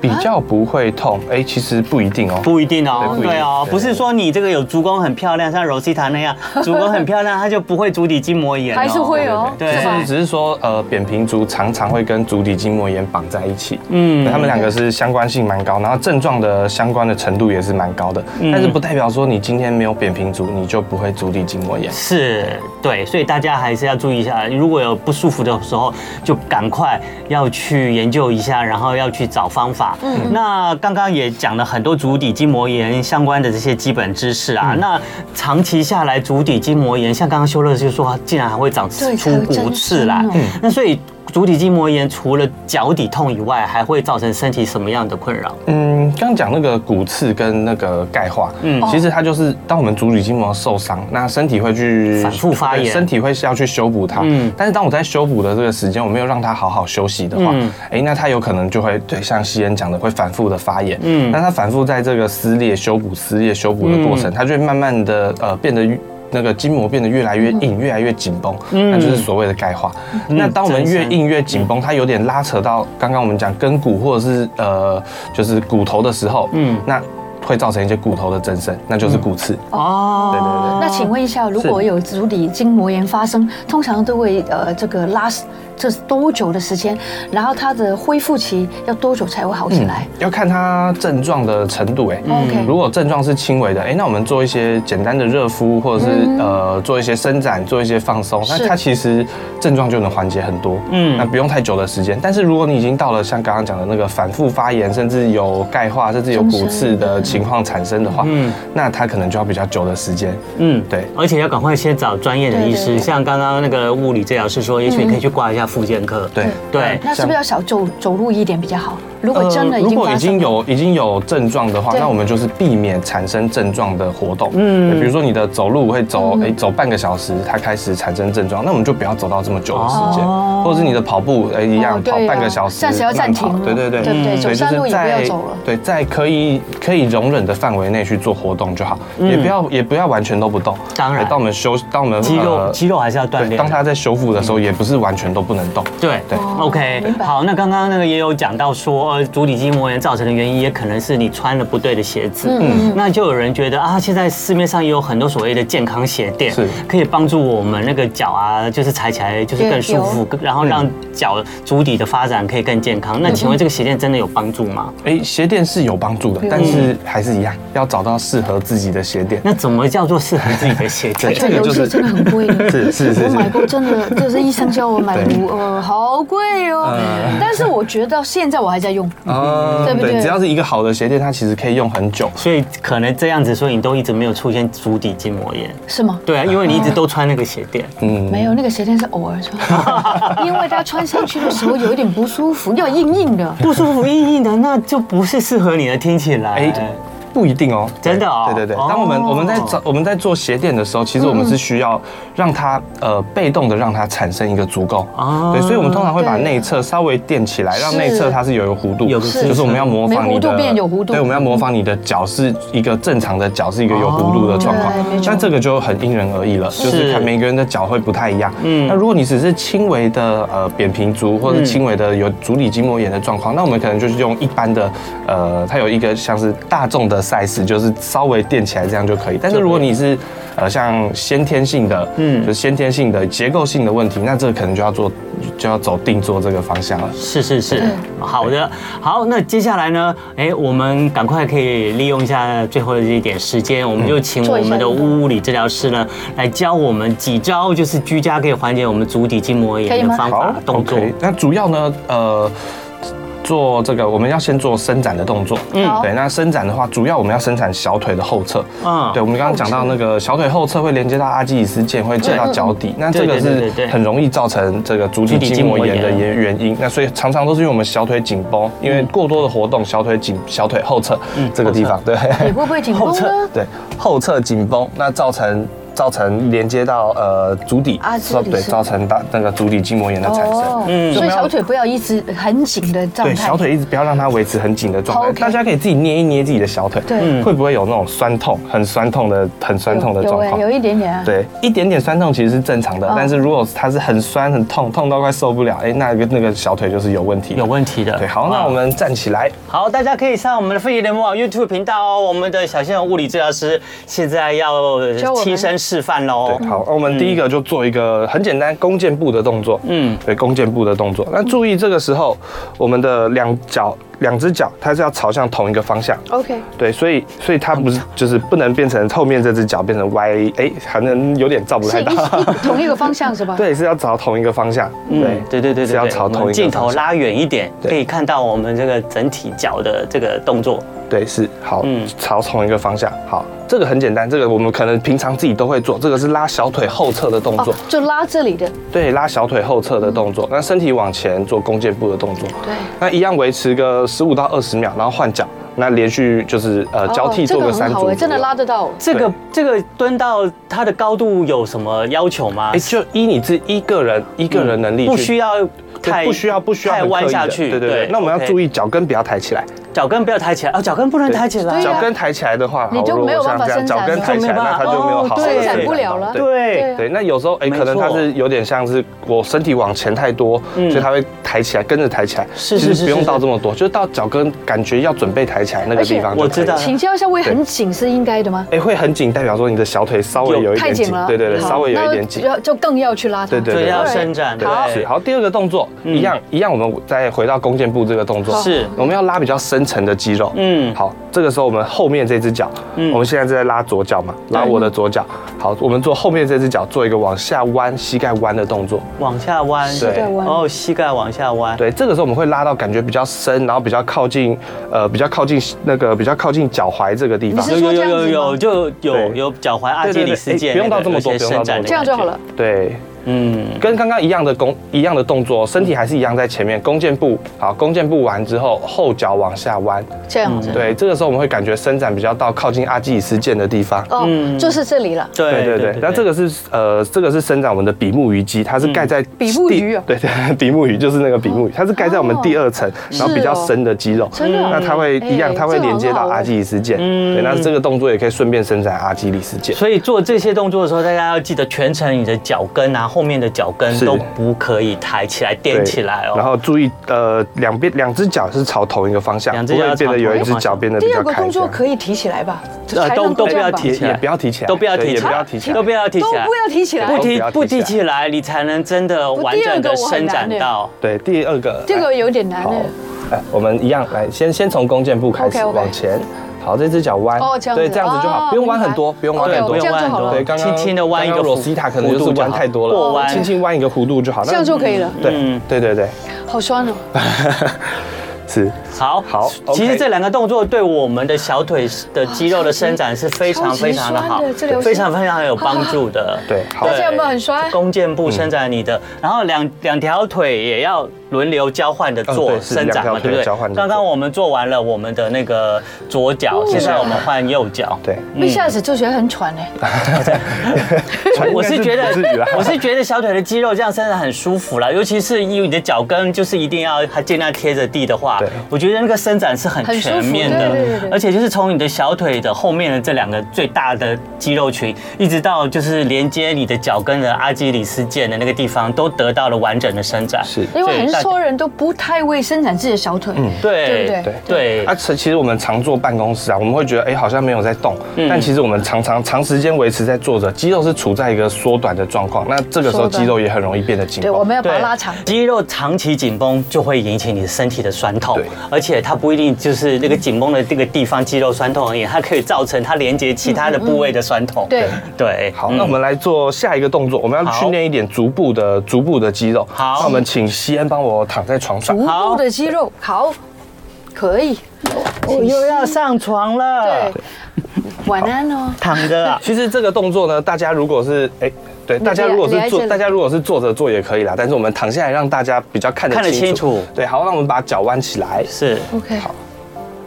比较不会痛，哎，其实不一定哦。
不一定哦
对，不一定
对哦，
对
不是说你这个有足弓很漂亮，像 Rosita 那样，足弓很漂亮，她就不会足底筋膜炎哦，
还是会哦，
对
是吧
是，？只是说，呃，扁平足常常会跟足底筋膜炎绑在一起，
嗯
嗯，他们两个是相关性蛮高，然后症状的相关的程度也是蛮高的，但是不代表说你今天没有扁平足，你就不会足底筋膜炎。
是对，所以大家还是要注意一下，如果有不舒服的时候，就赶快要去研究一下，然后要去找方法。嗯，那刚刚也讲了很多足底筋膜炎相关的这些基本知识
嗯
啊。那长期下来，足底筋膜炎，像刚刚修乐就说，竟然还会长
对
出骨刺来
还有
嗯
增生哦。
那所以足底筋膜炎除了脚底痛以外，还会造成身体什么样的困扰？
嗯，刚刚讲那个骨刺跟那个钙化，
嗯
嗯，其实它就是当我们足底筋膜受伤，那身体会去
反复发炎
对身体会是要去修补它。
嗯
嗯，但是当我在修补的这个时间，我没有让它好好休息的话，哎、
嗯
那它有可能就会对像西恩讲的会反复的发炎。
嗯
嗯，那它反复在这个撕裂、修补、撕裂、修补的过
嗯
程，它就会慢慢的呃变得。那个筋膜变得越来越
嗯
硬，越来越紧绷，那就是所谓的钙化。那当我们越
真是嗯
硬越紧绷，它有点拉扯到刚刚我们讲根骨或者是呃就是骨头的时候，
嗯
嗯，那会造成一些骨头的增生，那就是骨刺。
哦，
对对对
那请问一下，如果有足底筋膜炎发生，通常都会呃这个拉这是多久的时间？然后它的恢复期要多久才会好起来？
嗯要看它症状的程度，哎、
嗯 OK
如果症状是轻微的，哎、那我们做一些简单的热敷，或者是、呃做一些伸展，做一些放松，那
嗯是
它其实症状就能缓解很多，
嗯
嗯，那不用太久的时间。但是如果你已经到了像刚刚讲的那个反复发炎，甚至有钙化，甚至有骨刺的情况产生的话，
嗯
嗯，那它可能就要比较久的时间，
嗯，
对。
而且要赶快先找专业的医师，
对对对嗯
像刚刚那个物理治疗师说，也许你可以去挂一下复健科。
对
对，
那是不是要少走走路一点比较好？如果
呃，
真的已
如
经
果
发
已
生
经
了，
有已经有症状的话，
对
那我们就是避免产生症状的活动。
嗯
嗯，比如说你的走路会
嗯
走，哎、走半个小时，它开始产生症状，那我们就不要走到这么久的时间，
哦
或者是你的跑步，哎、一样、
哦对
跑
啊
半个小时，
暂时要暂停
慢跑
了
对对对，
对不对
嗯
走山路也不要走了
对，在可以可以容忍的范围内去做活动就好，
嗯
也不要也不要完全都不动。
当然
哎当我们休，当我们
肌肉
呃
肌肉还是要锻
对，
炼
当它
的。
在修复的时候，也不是完全都不能动。
对
对
哦
OK，
明白
好，那刚刚那个也有讲到说，呃足底筋膜炎造成的原因也可能是你穿了不对的鞋子。嗯，那就有人觉得啊，现在市面上也有很多所谓的健康鞋垫，
是
可以帮助我们那个脚啊，就是踩起来就是更舒服，更然后让脚足底的发展可以更健康。
嗯
那请问这个鞋垫真的有帮助吗？
哎，鞋垫是有帮助的
嗯，
但是还是一样，要找到适合自己的鞋垫。
那怎么叫做适合自己的鞋垫？
这个游戏真的很贵的。
是是是
我买
是，
过，真的就是医生教我买
对
五，呃，好贵哦。但是我觉得到现在我还在用用。
啊，
对不对
只要是一个好的鞋垫，它其实可以用很久。
所以可能这样子，所以你都一直没有出现足底筋膜炎。
是吗？
对啊，因为你一直都穿那个鞋垫。
嗯，
没有，那个鞋垫是偶尔穿，因 为它穿上去的时候有一点不舒服，要硬硬 的。
不舒服硬硬的，那就不是适合你的。听起来，
哎、不一定哦，
真的哦
对对对。
哦
当我们我们在找我们在做鞋垫的时候，其实我
嗯
们是需要让它呃被动的让它产生一个足够
啊
对，所以我们通常会把
对
内侧稍微垫起来，让
是
内侧它是有一个弧度，
有个
是
就是我们要模仿
没
你
弧度
的
变有弧度
对，我们要模仿你的脚是一个正常的脚是一个有弧度的状况
哦对没，错
但这个就很因人而异了，就是是看每个人的脚会不太一样。
嗯
嗯，那如果你只是轻微的呃扁平足或者
嗯
轻微的有足底筋膜炎的状况，那我们可能就是用一般的呃，它有一个像是大众的 size，就是稍微垫起来这样就可以。但是如果你是呃像先天性的，
嗯
嗯，就是先天性的结构性的问题，那这个可能就要做就要走定做这个方向了。
是是是
对，
好的，好，那接下来呢？哎，我们赶快可以利用一下最后的这一点时间，我们就请
做
我
一下
们的
运动
物理治疗师呢来教我们几招，就是居家可以缓解我们足底筋膜
可以
炎
吗
的方法动作。
OK，那主要呢，呃。做这个，我们要先做伸展的动作。
嗯好
对。那伸展的话，主要我们要伸展小腿的后侧。
嗯
对，我们刚刚讲到那个小腿后侧会连接到阿基里斯腱，会接到脚底。那
对
这个
对对
是
对对
很容易造成这个足底筋膜炎的
足底筋膜
原原因。那所以常常都是因为我们小腿紧绷，因为过多的活动，小腿紧、小腿后侧
嗯
这个地方，对。
你会不会紧绷
后侧
呢？
对后侧紧绷，那造成造成连接到呃足底，
啊足底
对，
是
造成大那个足底筋膜炎的产生。
嗯
哦所以小腿不要一直很紧的状
对，
态。
小腿一直不要让它维持很紧的状态。
OK
大家可以自己捏一捏自己的小腿，
对嗯
会不会有那种酸痛、很酸痛的、很酸痛的
有
状
哎
况
有？一点点啊。
对，一点点酸痛其实是正常的，
哦
但是如果它是很酸、很痛，痛到快受不了，哎，那个那个小腿就是有问题。
有问题的。
对，好，那
哇
我们站起来。
好，大家可以上我们的飞碟联盟网 YouTube 频道哦。我们的小鲜肉物理治疗师现在要
教我们
亲身示范喽。
对，哦好，那我们第一个就做一个很简单弓箭步的动作。
嗯
嗯，对，弓箭步的动作。那注意这个时候，我们的两脚、两只脚，它是要朝向同一个方向。
，OK，
对，所以所以它不是就是不能变成后面这只脚变成歪，哎，好像有点照不
是
太
一
到。
一同一个方向是吧？，
对，是要朝同一个方向。
嗯对对对
是
对，
要
对
朝
我们
同一
镜
个
头
方向。
拉远一点，
对
可以看到我们这个整体脚的这个动作。
对，是好
嗯，
朝同一个方向。好，这个很简单，这个我们可能平常自己都会做。这个是拉小腿后侧的动
哦
作，，
就拉这里的，
对，拉小腿后侧的动作。那身体往前做弓箭步的动作。
对。
那一样维持个十五到二十秒，然后换脚，那连续就是呃交替
哦
做个
这个
三组
很
左
好
右，
哎，真的拉得到。
这个这个蹲到它的高度有什么要求吗？
哎，就依你自一个人一个人能力去，
不需要
对
太
不需要不需要
太
很刻意
弯
的
下去。
对对对。那我们要
OK
注意脚跟不要抬起来，
脚跟不要抬起来哦，脚跟不能抬起
对
来。
啊
脚跟抬起来的话，
你就
好如果
没有办法
像这
伸展
样脚跟
了
抬起来，
就没办
那
法
它就没有好好
哦对
地
伸展不了
到
了
对。
对
啊
对，那有时候哎、
没
可能它
错
是有点像是我身体往前太多，
嗯
所以它会抬起来，跟着抬起来。
是
其
是
实
是
不
是
用到
是
这么多，就是到脚跟感觉要准备抬起来那
而
个
且
地方就
我
可以
知道
了
请教一下，会很紧是应该的吗？
哎、会很紧，代表说你的小腿稍微
有
有一
太
点
紧
紧
了，，
对对对，
好
稍微有一点
那
紧。
要就更要去拉它。
对对
对
对
要
对
伸展。
对
好
是好。第二个动作
嗯
一样一样，我们再回到弓箭步这个动作，
是
我们要拉比较深层的肌肉。
嗯
好，这个时候我们后面这只脚，
嗯
我们现在是在拉左脚嘛，拉我的左脚。好，我们做后面这只脚做一个往下弯、膝盖弯的动作。
往下弯，
是膝
盖弯
哦，膝盖往下弯。
对，这个时候我们会拉到感觉比较深，然后比较靠近，呃，比较靠近那个比较靠近脚踝这个地
你
方
是。
有
说
有
这样
有
子
有
吗
就有
对
有脚踝啊阿
对
基
对
里
对
斯
哎
腱，
不用到这么多
有些
不用
伸展
到这么
的
多
这样就
感
好
觉
了。。
对，
嗯，
跟刚刚一样的弓一样的动作，身体还是一样在前面，弓箭步。好，弓箭步完之后，后脚往下弯。
这样子。
嗯对，这个时候我们会感觉伸展比较到靠近阿基里斯腱的地方。
哦
嗯，
就是这里了。
对
对对对，那这个是呃，这个是生长我们的比目鱼肌，它是盖在
嗯比目鱼啊哦
对对，比目鱼就是那个比目鱼，它是盖在我们第二层，然后比较深的肌肉。
真的哦
那它会
哎
一样，它会
这个
连接
很好
到
哎
阿基里斯腱。
嗯
对，那这个动作也可以顺便伸展阿基里斯腱。
所以做这些动作的时候，大家要记得全程你的脚跟啊，后面的脚跟
是
都不可以抬起来、
对
垫起来哦。
然后注意，呃，两边两只脚是朝同一个方向，
两只
不
脚
会
要
变
朝
得有
同一
一
个
只
方
脚
向
变得比
第
较
二个
开。
动
这
作
样
可以提起来吧，
呃
才
都
能够
都
这
不要
样吧
提。
也
起来
也不要提起来，
都不要
对
提
也
起
不
来
要提起来
都不。要提
都
起来，
不要提起来
不。提
都不要提起来
不提起来，你才能真的完整的伸展到。
对，第二个，
这
来
个有点难
好
哎。，
来，我们一样来，先先从弓箭步开始
OK，OK
往前。好，这只脚弯，
哦这样子
对，这样子就
哦
好，不用弯很多，
明白
不
OK，
用弯很
我
多，
这样就好了哦
对，刚刚
轻轻的弯一个
罗
弧
西塔可能
弧
就
度
是
就
弯
好
太多了，
过弯
轻轻弯一个弧度就好，
这样就可以了
对
嗯
对对对，
好酸哦，
次。
好
好
其实
OK
这两个动作对我们的小腿的肌肉的伸展是非常非常的
哦
好
超级酸的这流，行
非常非常有帮助的。
对好
大家有没有很酸
弓箭
嗯
步伸展你的，然后两两条腿也要轮流交换的
嗯
做
对是
伸展嘛，
两条腿
对不对
交换地？做
刚刚我们做完了我们的那个左脚，现
啊
在我们换右脚。
对，
一下子就觉得很喘哎，
嗯 传
我
应该
是觉得
不至 于啦，啊
我是觉得小腿的肌肉这样伸展很舒服啦，尤其是因为你的脚跟就是一定要还尽量贴着地的话
对，
我觉得那个伸展是很
很舒服
全面的，
对对对
而且就是从你的小腿的后面的这两个最大的肌肉群，一直到就是连接你的脚跟的阿基里斯腱的那个地方，都得到了完整的伸展。
是
因为
对
很多人都不太会伸展自己的小腿，
嗯
对
对
不对
对
对
啊，其其实我们常坐办公室啊，我们会觉得哎、好像没有在动，
嗯
但其实我们常常长时间维持在坐着，肌肉是处在一个缩短的状况，那这个时候
缩短
肌肉也很容易变得紧
对，
绷。
我们要把它
对
拉长。
肌肉长期紧绷就会引起你的身体的酸痛
对，
而且它不一定就是那个紧绷的这个地方肌肉酸痛而已，它可以造成它连接其他的部位的酸痛。
对
对，
好，
嗯
那我们来做下一个动作，我们要
好
训练一点足部的足部的肌肉。
好
那我们请西安帮我躺在床上
足。部
好
的肌肉，好，可以，
哦
我又要上床了
啊
对，，晚安哦。
躺着啊。
其实这个动作呢，大家如果是哎、对，大家如果
你来
是
这
坐，
里
大家如果是坐着做也可以啦，但是我们躺下来让大家比较看得
看得
清
清
楚
楚。
对，好，那我们把脚弯起来。
是
OK，
啊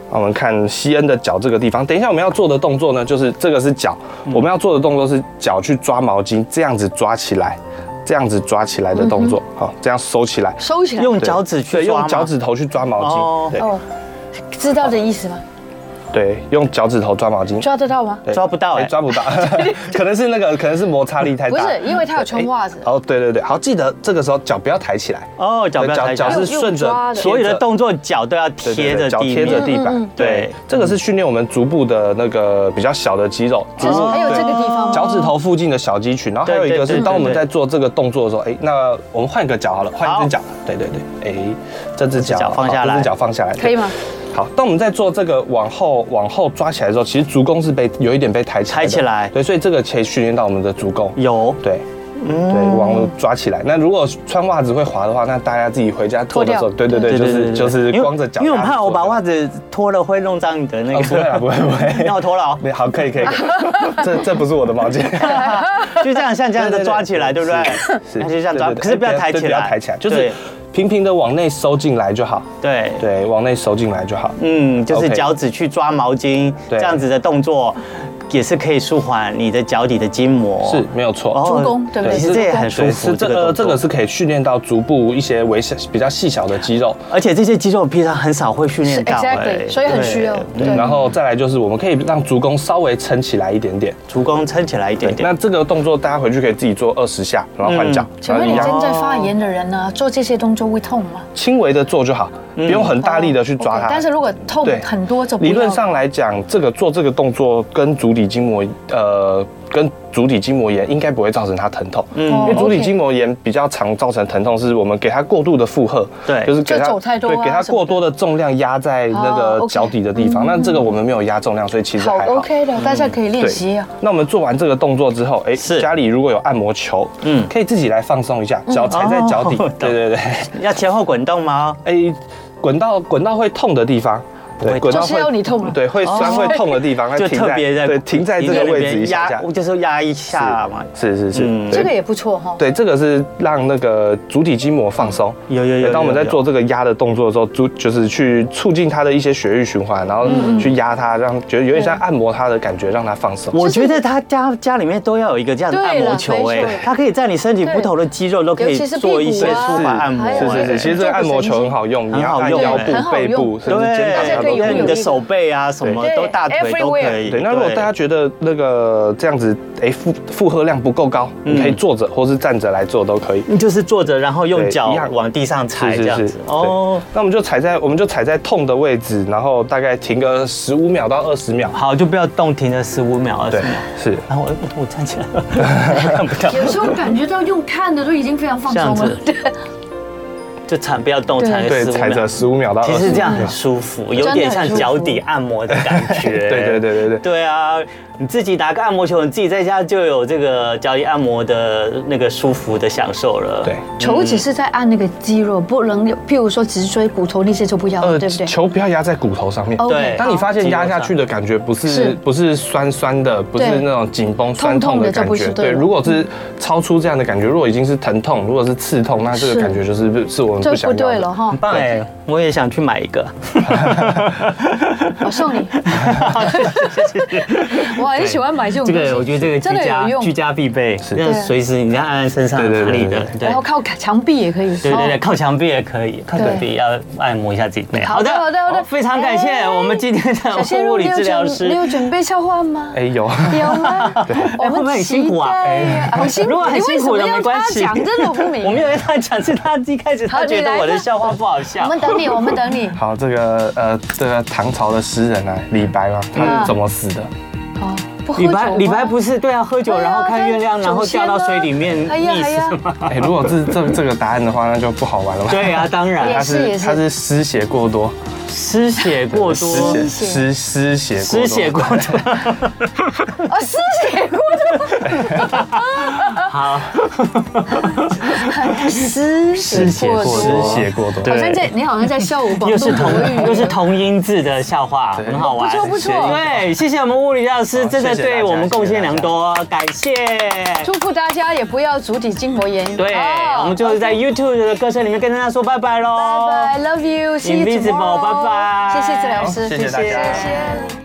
那我们看西恩的脚这个地方，等一下我们要做的动作呢，就是这个是脚，
嗯
我们要做的动作是脚去抓毛巾，这样子抓起来，这样子抓起来的动作，好，这样收起来，
收起来。
嗯用
对
脚趾去
对，
抓
用
吗
脚趾头去抓毛
哦
巾，对
哦，知道的意思吗？
对，用脚趾头抓毛巾，
抓得到吗？
对
抓不到
哎
哎
抓 不到， 可能是那个，可能是摩擦力太
不
大，
是，因为他有穿袜子。
哦，对对对，好，记得这个时候脚不要抬起来，
哦，脚不要抬起
脚
来
是顺
哎用抓
着
的
所有的动作脚都要贴着
脚
地
贴着
面。
地
嗯嗯
板
嗯，
对
对，
这个是训练我们足部的那个比较小的肌肉，
这是还有这个地方吗
哦脚趾头附近的小肌群，然后还有一个
哦对对
是，
对
当我们在做这个动作的时候，哎，那我们换一个脚好了，换一只脚，对对对，哎，这只脚哦
这只脚放下来
好这只脚放下来，对
可以吗？
好，当我们在做这个往后往后抓起来的时候，其实足弓是被有一点被抬起来的，
抬起来
对，所以这个可以训练到我们的足弓，
有嗯
对。对，往抓起来。那如果穿袜子会滑的话，那大家自己回家脱的时候，
脱
对对对，就是就是光着脚，
因为我怕我把袜子脱了会弄脏你的那
啊，
个。
不会啦，不会不会。
那我脱了哦
没好，可以可以，可以这这不是我的毛巾。
就这样像这样子抓起来，对不对？
是，
那就这样抓，
对对对
可是不要
对
抬起
对
来，
不要抬起来，就是
对
平平的往内收进来就好。
对
对，往内收进来就好。
嗯，就是
OK
脚趾去抓毛巾
对
这样子的动作，也是可以舒缓你的脚底的筋膜。哦
是没有错。
足弓对不对
其实这也很舒
对，
服。
是这
动
个
作
这个是可以训练到足部一些微小、比较细小的肌肉。
而且这些肌肉平常很少会训练到，哎
exactly，所以很需要
对
对
嗯然后再来就是，我们可以让足弓稍微撑起来一点点。
足弓撑起来一点点
那。这个动作大家回去可以自己做二十下，然后换脚，
请
然
问
后一
你
样
正在发炎的人呢，做这些动作会痛吗？
轻微的做就好，不用很大力的去抓
OK，
它。
哦但是如果痛
对
很多就不要哦
理论上来讲，这个做这个动作跟足底筋膜呃跟足底筋膜炎应该不会造成它疼痛，嗯，因为足底筋膜炎比较常造成疼痛是我们给它过度的负荷，
对
就是给
就
它
走太多啊
对，给它过多的重量压在那
哦
个
，OK 嗯
脚底的地方，那这个我们没有压重量，所以其实
好
还好。嗯
OK 的，大家可以练
对
习啊。
那我们做完这个动作之后，哎，
是
家里如果有按摩球，嗯
嗯，
可以自己来放松一下，
嗯
脚踩在脚底
哦，
对对对，
要前后滚动吗？
哎，滚到滚到会痛的地方，对，
会
滚到
就是要你痛啊了哦
对，会酸会痛的地方，那
就
停
特别在
对停在这个位置一下下
压，，就是压一下嘛。
是是是
嗯，
这个
对
也不错哈。
对，这个是让那个足底筋膜放松。
有有有
对当我们
有
在
有
做这个压的动作的时候，足就是去促进它的一些血液循环，然后
嗯
去压它，让觉得有点像按摩它的感觉，让它放松。
我觉得他家家里面都要有一个这样的
对
按摩
了
球
没
哎
错，
它可以在你身体
对
不同的肌肉都可
尤
以
其是
做
屁
一
股
些
啊
舒缓按摩
还
哎。
有
是是是，其实这个按摩球很好用，你要
很
按
好用
腰
哎
很
部、
好
背部，
用
甚至肩
大家
膀
可以
都
拥有
可以
你的手背啊，什么
对
都大腿都可以。
对，那如果
对
大家觉得那个这样子，哎，负负荷量不够高，你
嗯
可以坐着或是站着来做都可以。
你就是坐着，然后用
对
脚
一样
往地上踩
是
这样
是是
子。，哦
对，那我们就踩在我们就踩在痛的位置，然后大概停个十五秒到二十秒。
好，就不要动，停了十五秒、二十
对
秒。，
是。
然后我我我站起来了，看不到。
有时候感觉到用看的都已经非常放
这样
松
子
了，对
就踩不要动，
对
踩个
对，
哎十五
踩着
秒。
十五秒到
其
二
实
十
这样
秒
很。舒服，有点像脚底按摩的感觉。
对对对对对
对啊，你自己拿个按摩球，你自己在家就有这个脚底按摩的那个舒服的享受了。
对，
球只是在按那个肌肉，不能有，譬如说脊椎、骨头那些就不要哦了，对不对？
呃球不要压在骨头上面。
OK，
对
当你
好
发现压下去的感觉不
是
是不是酸酸的，不
对
是那种紧绷酸痛的
痛痛的
感
就不是
觉，
对了
对，如果是超出这样的感觉，如果已经是疼痛，如果是刺痛，那这
是
个感觉就是是我们
就
不想
不
要的
对了。哈
很。棒哎，我也想去买一个。
我送你，我很喜欢买这种
这
东西
个我觉得这个
真
居
的有
家
用
居，家必备，那
对
随时你在按按身上
对对
哪
对
里
对
的
对，
对
然后靠墙壁也可以。
对对对，
哦
靠墙壁也可以，靠墙壁要按摩一下自己背。
好的好的好的
非常感谢
哎
我们今天
小
的
鲜
物
肉，
理
你有
治疗
准你
师。
有准备笑话吗？
哎 有，
有 吗？我
哎会不会很辛苦啊
期待呀很辛苦，
如果很
你
辛
为什
苦
么
的
要
没关
他
系
讲？真的我不明
我没
白。
有跟他讲，是他一开始他觉得我的笑话不好
我
笑。
们等你，我们等 你。
好，这个呃，这个唐朝的诗人啊，李白嘛，他
嗯
是怎 么死的？
哦，不喝
李
酒
白，
吗
李白不是对啊，喝酒
对啊
然后看月亮，
他
然后掉到
酒仙
水
啊
里面
哎呀
溺
哎呀
死吗？
哎，如果是这这个答案的话，那就不好玩了嘛。
对啊，当
也
然
他
是也是
他是失血过多，
失血过多
失，
血
血失失血过多
失血过多。
哦，失血过
好，
多，失
失血
血
过
过
多
多
失。血过多，
对
好像在你好像在笑我广
又是
东
同
口语，
又是同音字的笑话，
对
很好玩。
不错不错
对，谢谢我们物理教师，
好
真的
谢谢大家
对我们贡献良多，感谢。
祝福大家也不要足底筋膜炎。
对
哦，
我们就是在 YouTube 的歌声里面跟大家说拜拜喽。
拜拜，Love you，see you
Invisible，
tomorrow。
拜拜
谢谢治疗师，
好谢谢大家
谢谢。